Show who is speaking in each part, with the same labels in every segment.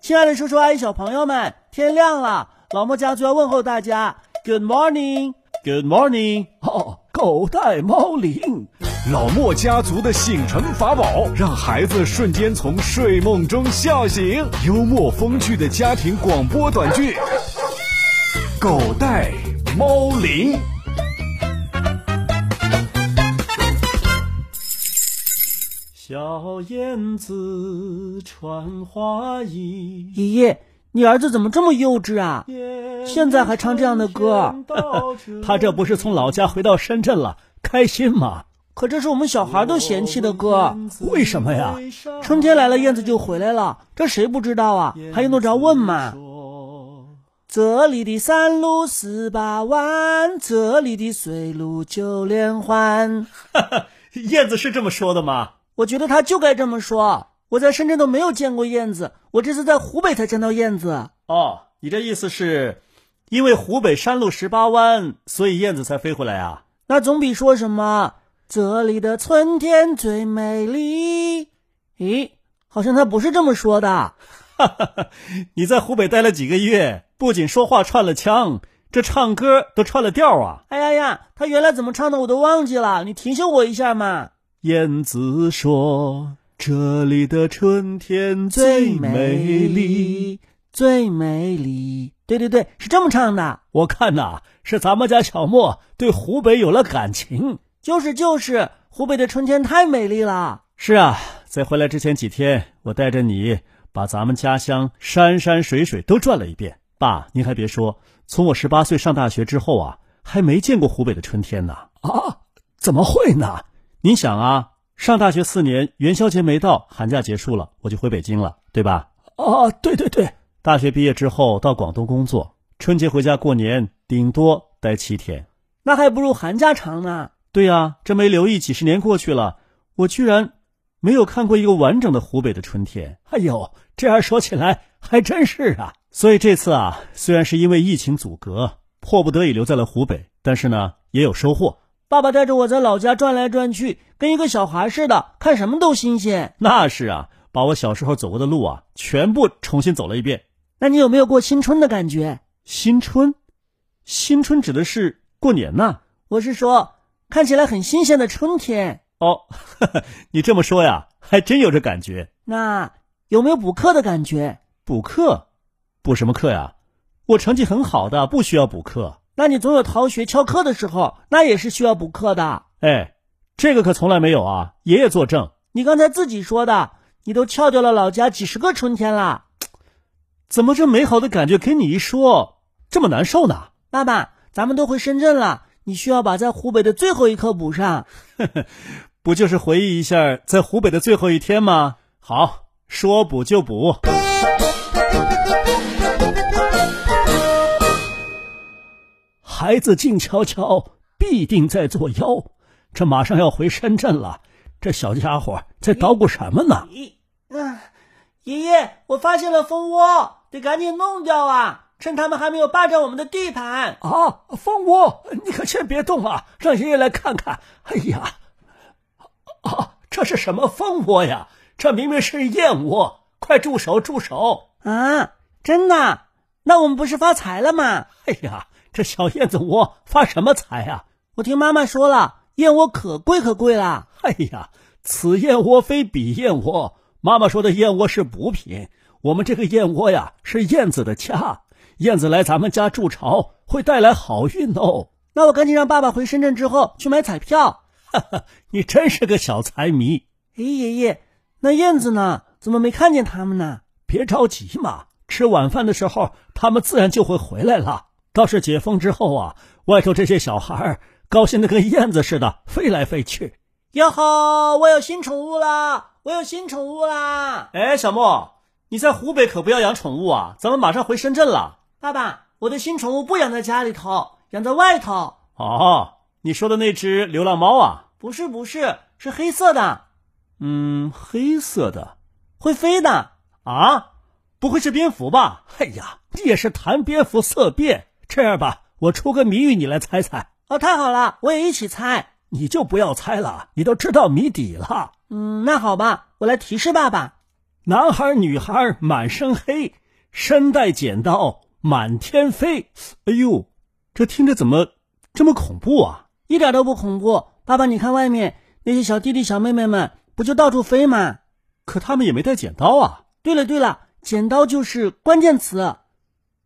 Speaker 1: 亲爱的叔叔阿姨、小朋友们，天亮了，老莫家族要问候大家。Good morning，Good morning。
Speaker 2: 哦，狗带猫铃。
Speaker 3: 老莫家族的醒神法宝，让孩子瞬间从睡梦中笑醒。幽默风趣的家庭广播短剧，《狗带猫铃》。
Speaker 1: 小燕子穿花衣。爷爷，你儿子怎么这么幼稚啊？现在还唱这样的歌？啊
Speaker 2: 他这不是从老家回到深圳了，开心吗？
Speaker 1: 可这是我们小孩都嫌弃的歌，啊
Speaker 2: 为什么呀？
Speaker 1: 春天来了，燕子就回来了，这谁不知道啊？还用得着问吗？这里的山路十八弯，这里的水路九连环。
Speaker 2: 燕子是这么说的吗？
Speaker 1: 我觉得他就该这么说。我在深圳都没有见过燕子，我这次在湖北才见到燕子。
Speaker 2: 哦，你这意思是，因为湖北山路十八弯，所以燕子才飞回来啊？
Speaker 1: 那总比说什么这里的春天最美丽。咦，好像他不是这么说的。
Speaker 2: 哈哈哈！你在湖北待了几个月，不仅说话串了腔，这唱歌都串了调啊！
Speaker 1: 哎呀呀，他原来怎么唱的我都忘记了，你提醒我一下嘛。
Speaker 2: 燕子说：“这里的春天最美丽，
Speaker 1: 最美丽。”对对对，是这么唱的。
Speaker 2: 我看呐、啊，是咱们家小莫对湖北有了感情。
Speaker 1: 就是就是，湖北的春天太美丽了。
Speaker 2: 是啊，在回来之前几天，我带着你把咱们家乡山山水水都转了一遍。爸，您还别说，从我十八岁上大学之后啊，还没见过湖北的春天呢。
Speaker 1: 啊，
Speaker 2: 怎么会呢？你想啊，上大学四年，元宵节没到，寒假结束了，我就回北京了，对吧？
Speaker 1: 哦，对对对，
Speaker 2: 大学毕业之后到广东工作，春节回家过年，顶多待七天，
Speaker 1: 那还不如寒假长呢。
Speaker 2: 对呀、啊，这没留意，几十年过去了，我居然没有看过一个完整的湖北的春天。
Speaker 1: 哎呦，这样说起来还真是啊。
Speaker 2: 所以这次啊，虽然是因为疫情阻隔，迫不得已留在了湖北，但是呢，也有收获。
Speaker 1: 爸爸带着我在老家转来转去，跟一个小孩似的，看什么都新鲜。
Speaker 2: 那是啊，把我小时候走过的路啊，全部重新走了一遍。
Speaker 1: 那你有没有过新春的感觉？
Speaker 2: 新春，新春指的是过年呐、啊。
Speaker 1: 我是说，看起来很新鲜的春天。
Speaker 2: 哦呵呵，你这么说呀，还真有这感觉。
Speaker 1: 那有没有补课的感觉？
Speaker 2: 补课，补什么课呀？我成绩很好的，不需要补课。
Speaker 1: 那你总有逃学翘课的时候，那也是需要补课的。
Speaker 2: 哎，这个可从来没有啊！爷爷作证，
Speaker 1: 你刚才自己说的，你都翘掉了老家几十个春天啦。
Speaker 2: 怎么这美好的感觉跟你一说，这么难受呢？
Speaker 1: 爸爸，咱们都回深圳了，你需要把在湖北的最后一课补上。
Speaker 2: 不就是回忆一下在湖北的最后一天吗？好，说补就补。孩子静悄悄，必定在作妖。这马上要回深圳了，这小家伙在捣鼓什么呢？
Speaker 1: 啊，爷爷，我发现了蜂窝，得赶紧弄掉啊！趁他们还没有霸占我们的地盘。
Speaker 2: 啊，蜂窝，你可先别动啊，让爷爷来看看。哎呀，啊，这是什么蜂窝呀？这明明是燕窝！快住手，住手！
Speaker 1: 啊，真的？那我们不是发财了吗？
Speaker 2: 哎呀！这小燕子窝发什么财啊？
Speaker 1: 我听妈妈说了，燕窝可贵可贵啦！
Speaker 2: 哎呀，此燕窝非彼燕窝。妈妈说的燕窝是补品，我们这个燕窝呀是燕子的家。燕子来咱们家筑巢会带来好运哦。
Speaker 1: 那我赶紧让爸爸回深圳之后去买彩票。
Speaker 2: 哈哈，你真是个小财迷。
Speaker 1: 哎，爷爷，那燕子呢？怎么没看见他们呢？
Speaker 2: 别着急嘛，吃晚饭的时候他们自然就会回来了。倒是解封之后啊，外头这些小孩儿高兴的跟燕子似的，飞来飞去。
Speaker 1: 哟吼，我有新宠物啦！我有新宠物啦！
Speaker 2: 哎，小莫，你在湖北可不要养宠物啊！咱们马上回深圳了。
Speaker 1: 爸爸，我的新宠物不养在家里头，养在外头。
Speaker 2: 哦，你说的那只流浪猫啊？
Speaker 1: 不是，不是，是黑色的。
Speaker 2: 嗯，黑色的，
Speaker 1: 会飞的
Speaker 2: 啊？不会是蝙蝠吧？哎呀，你也是谈蝙蝠色变。这样吧，我出个谜语，你来猜猜。
Speaker 1: 哦，太好了，我也一起猜。
Speaker 2: 你就不要猜了，你都知道谜底了。
Speaker 1: 嗯，那好吧，我来提示爸爸。
Speaker 2: 男孩女孩满身黑，身带剪刀满天飞。哎呦，这听着怎么这么恐怖啊？
Speaker 1: 一点都不恐怖。爸爸，你看外面那些小弟弟小妹妹们不就到处飞吗？
Speaker 2: 可他们也没带剪刀啊。
Speaker 1: 对了对了，剪刀就是关键词。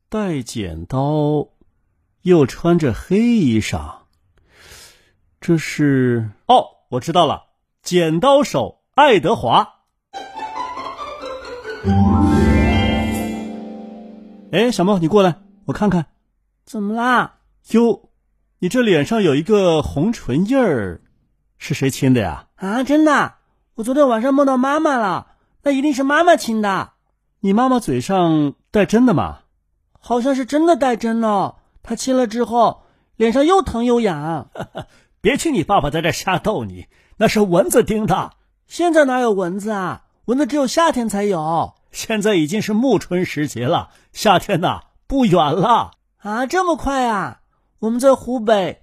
Speaker 2: 带剪刀，又穿着黑衣裳，这是哦，我知道了，剪刀手爱德华。哎，小猫，你过来，我看看。
Speaker 1: 怎么啦？
Speaker 2: 哟，你这脸上有一个红唇印儿，是谁亲的呀？
Speaker 1: 啊，真的，我昨天晚上梦到妈妈了，那一定是妈妈亲的。
Speaker 2: 你妈妈嘴上带针的吗？
Speaker 1: 好像是真的带针哦。她亲了之后，脸上又疼又痒。
Speaker 2: 别听你爸爸在这瞎逗你，那是蚊子叮的。
Speaker 1: 现在哪有蚊子啊？蚊子只有夏天才有。
Speaker 2: 现在已经是暮春时节了，夏天呐、啊、不远了
Speaker 1: 啊！这么快啊！我们在湖北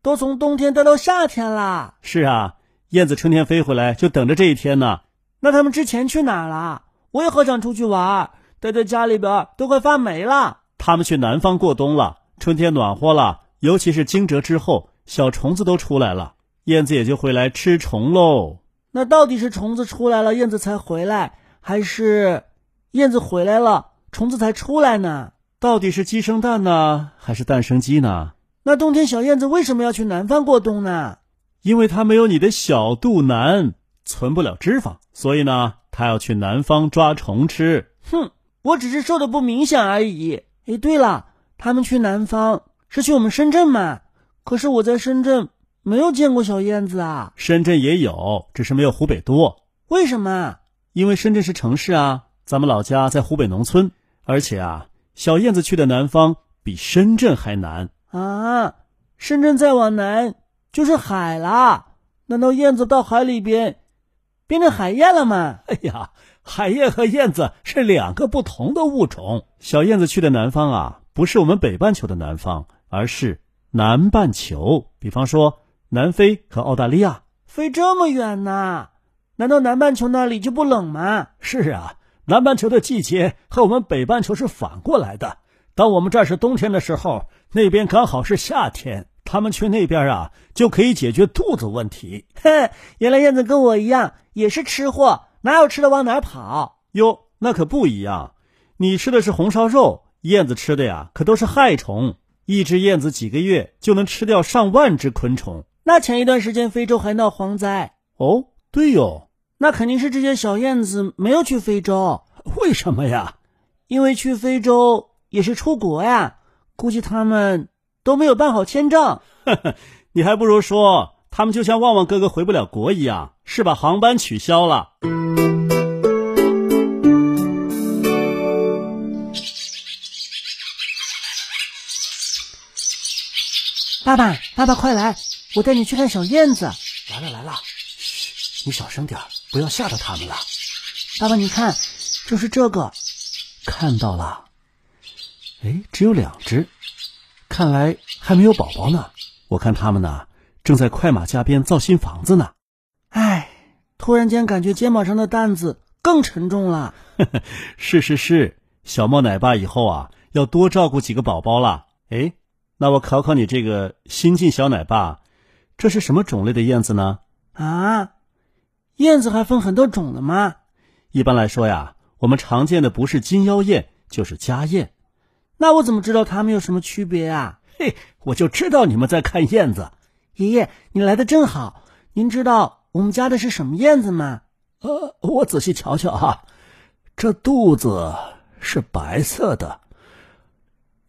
Speaker 1: 都从冬天待到夏天啦。
Speaker 2: 是啊，燕子春天飞回来就等着这一天呢。
Speaker 1: 那他们之前去哪儿了？我也好想出去玩，待在家里边都快发霉了。
Speaker 2: 他们去南方过冬了，春天暖和了，尤其是惊蛰之后，小虫子都出来了，燕子也就回来吃虫喽。
Speaker 1: 那到底是虫子出来了，燕子才回来？还是燕子回来了，虫子才出来呢。
Speaker 2: 到底是鸡生蛋呢，还是蛋生鸡呢？
Speaker 1: 那冬天小燕子为什么要去南方过冬呢？
Speaker 2: 因为它没有你的小肚腩，存不了脂肪，所以呢，它要去南方抓虫吃。
Speaker 1: 哼，我只是瘦的不明显而已。哎，对了，他们去南方是去我们深圳嘛？可是我在深圳没有见过小燕子啊。
Speaker 2: 深圳也有，只是没有湖北多。
Speaker 1: 为什么？
Speaker 2: 因为深圳是城市啊，咱们老家在湖北农村，而且啊，小燕子去的南方比深圳还难
Speaker 1: 啊。深圳再往南就是海啦，难道燕子到海里边变成海燕了吗？
Speaker 2: 哎呀，海燕和燕子是两个不同的物种。小燕子去的南方啊，不是我们北半球的南方，而是南半球，比方说南非和澳大利亚。
Speaker 1: 飞这么远呐？难道南半球那里就不冷吗？
Speaker 2: 是啊，南半球的季节和我们北半球是反过来的。当我们这儿是冬天的时候，那边刚好是夏天。他们去那边啊，就可以解决肚子问题。
Speaker 1: 哼，原来燕子跟我一样也是吃货，哪有吃的往哪跑？
Speaker 2: 哟，那可不一样。你吃的是红烧肉，燕子吃的呀可都是害虫。一只燕子几个月就能吃掉上万只昆虫。
Speaker 1: 那前一段时间非洲还闹蝗灾
Speaker 2: 哦，对哟。
Speaker 1: 那肯定是这些小燕子没有去非洲，
Speaker 2: 为什么呀？
Speaker 1: 因为去非洲也是出国呀，估计他们都没有办好签证。
Speaker 2: 你还不如说他们就像旺旺哥哥回不了国一样，是把航班取消了。
Speaker 1: 爸爸，爸爸快来，我带你去看小燕子。
Speaker 2: 来了来了，嘘，你小声点儿。不要吓到他们了，
Speaker 1: 爸爸，你看，就是这个，
Speaker 2: 看到了。哎，只有两只，看来还没有宝宝呢。我看他们呢，正在快马加鞭造新房子呢。
Speaker 1: 哎，突然间感觉肩膀上的担子更沉重了。
Speaker 2: 是是是，小猫奶爸以后啊，要多照顾几个宝宝了。哎，那我考考你，这个新晋小奶爸，这是什么种类的燕子呢？
Speaker 1: 啊？燕子还分很多种的吗？
Speaker 2: 一般来说呀，我们常见的不是金腰燕就是家燕。
Speaker 1: 那我怎么知道它们有什么区别啊？
Speaker 2: 嘿，我就知道你们在看燕子。
Speaker 1: 爷爷，你来的正好。您知道我们家的是什么燕子吗？
Speaker 2: 呃，我仔细瞧瞧啊，这肚子是白色的，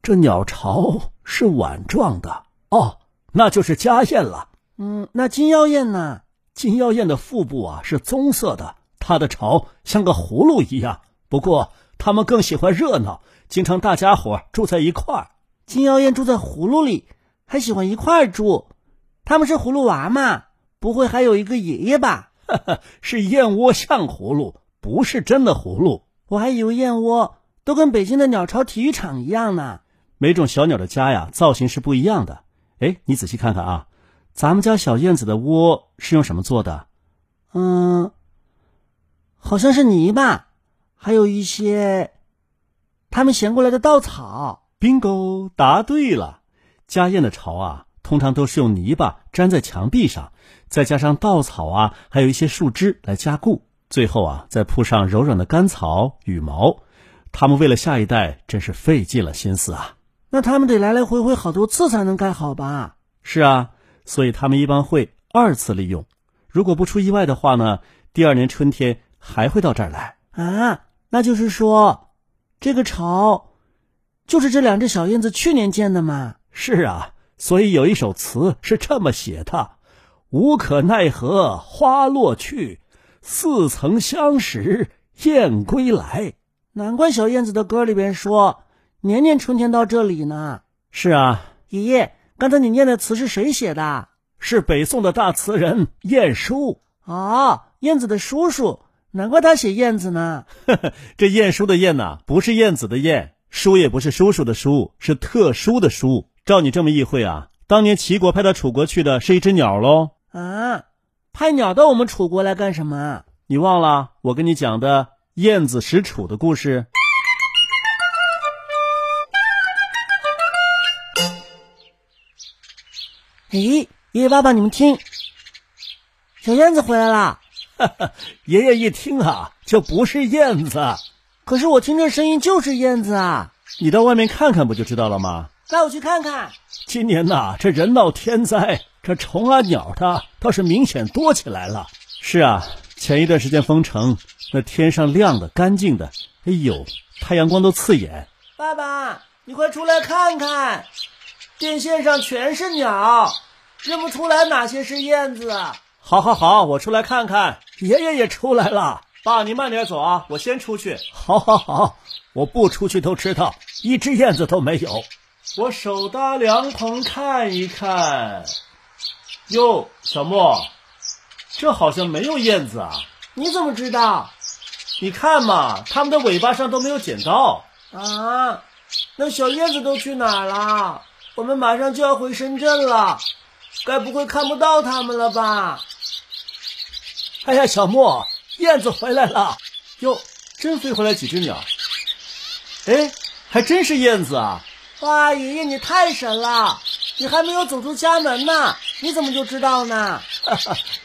Speaker 2: 这鸟巢是碗状的。哦，那就是家燕了。
Speaker 1: 嗯，那金腰燕呢？
Speaker 2: 金腰燕的腹部啊是棕色的，它的巢像个葫芦一样。不过它们更喜欢热闹，经常大家伙住在一块儿。
Speaker 1: 金腰燕住在葫芦里，还喜欢一块儿住。它们是葫芦娃嘛？不会还有一个爷爷吧？
Speaker 2: 哈哈， 是燕窝像葫芦，不是真的葫芦。
Speaker 1: 我还以为燕窝都跟北京的鸟巢体育场一样呢。
Speaker 2: 每种小鸟的家呀，造型是不一样的。哎，你仔细看看啊。咱们家小燕子的窝是用什么做的？
Speaker 1: 嗯，好像是泥巴，还有一些他们衔过来的稻草。
Speaker 2: bingo，答对了。家宴的巢啊，通常都是用泥巴粘在墙壁上，再加上稻草啊，还有一些树枝来加固，最后啊再铺上柔软的干草、羽毛。他们为了下一代，真是费尽了心思啊。
Speaker 1: 那他们得来来回回好多次才能盖好吧？
Speaker 2: 是啊，所以他们一般会二次利用。如果不出意外的话呢，第二年春天还会到这儿来。
Speaker 1: 啊，那就是说，这个巢就是这两只小燕子去年建的嘛？
Speaker 2: 是啊，所以有一首词是这么写的：“无可奈何花落去，似曾相识燕归来。”
Speaker 1: 难怪小燕子的歌里边说，年年春天到这里呢。
Speaker 2: 是啊，
Speaker 1: 爷爷，刚才你念的词是谁写的？
Speaker 2: 是北宋的大词人晏殊。
Speaker 1: 哦，燕子的叔叔，难怪他写燕子呢。
Speaker 2: 这晏殊的晏呐、不是燕子的燕，叔也不是叔叔的叔，是特殊的叔。照你这么意会啊，当年齐国派到楚国去的是一只鸟喽。
Speaker 1: 啊，派鸟到我们楚国来干什么？
Speaker 2: 你忘了我跟你讲的燕子识楚的故事？
Speaker 1: 诶，哎爷爷爸爸，你们听，小燕子回来啦。
Speaker 2: 爷爷一听啊，这不是燕子，
Speaker 1: 可是我听这声音就是燕子啊，
Speaker 2: 你到外面看看不就知道了吗？
Speaker 1: 带我去看看。
Speaker 2: 今年呐、这人闹天灾，这虫啊鸟的倒是明显多起来了。是啊，前一段时间封城，那天上亮的干净的，哎呦，太阳光都刺眼。
Speaker 1: 爸爸，你快出来看看，电线上全是鸟，认不出来哪些是燕子。啊
Speaker 2: 好，好，好，我出来看看。爷爷也出来了。爸，您慢点走啊，我先出去。好，好，好，我不出去都知道，一只燕子都没有。我手搭凉棚看一看。哟，小莫，这好像没有燕子啊！
Speaker 1: 你怎么知道？
Speaker 2: 你看嘛，它们的尾巴上都没有剪刀。
Speaker 1: 啊，那小燕子都去哪儿了？我们马上就要回深圳了，该不会看不到它们了吧？
Speaker 2: 哎呀，小莫，燕子回来了！哟，真飞回来几只鸟。哎，还真是燕子啊！
Speaker 1: 哇，爷爷你太神了！你还没有走出家门呢，你怎么就知道 呢？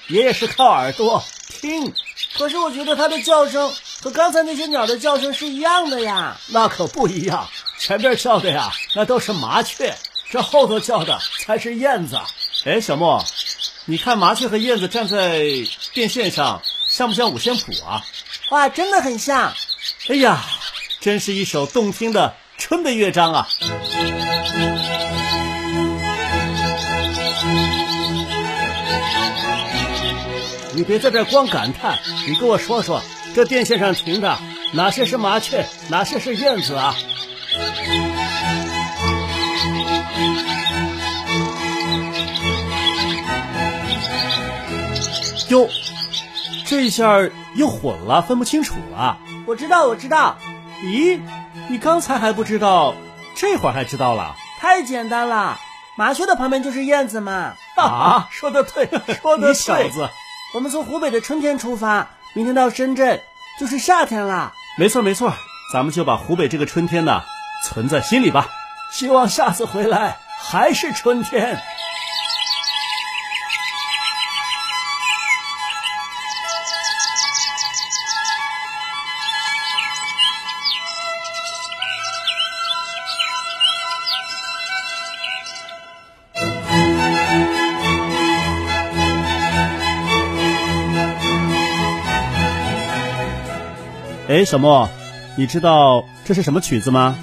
Speaker 2: 爷爷是靠耳朵听，
Speaker 1: 可是我觉得它的叫声和刚才那些鸟的叫声是一样的呀。
Speaker 2: 那可不一样。前边叫的呀，那都是麻雀，这后头叫的才是燕子。哎，小莫，你看麻雀和燕子站在电线上，像不像五线谱啊？
Speaker 1: 哇，真的很像。
Speaker 2: 哎呀，真是一首动听的春的乐章啊！你别在这儿光感叹，你跟我说说，这电线上停的哪些是麻雀，哪些是燕子啊？哟，这一下儿又混了，分不清楚了。
Speaker 1: 我知道，我知道，
Speaker 2: 咦，你刚才还不知道，这会儿还知道了
Speaker 1: 太简单了。麻雀的旁边就是燕子嘛。
Speaker 2: 啊？说的 对，说的
Speaker 1: 你
Speaker 2: 小
Speaker 1: 小
Speaker 2: 子，
Speaker 1: 我们从湖北的春天出发，明天到深圳就是夏天啦。
Speaker 2: 没错没错，咱们就把湖北这个春天呢存在心里吧。希望下次回来还是春天。哎，小莫，你知道这是什么曲子吗？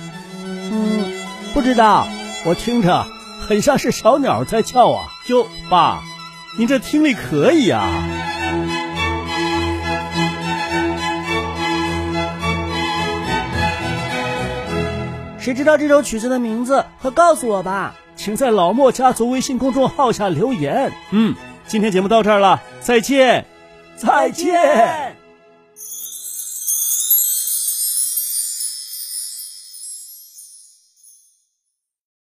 Speaker 1: 嗯，不知道。
Speaker 2: 我听着很像是小鸟在叫啊！哟，爸，您这听力可以啊！
Speaker 1: 谁知道这首曲子的名字？快告诉我吧！
Speaker 2: 请在老莫家族微信公众号下留言。嗯，今天节目到这儿了，再见，再见。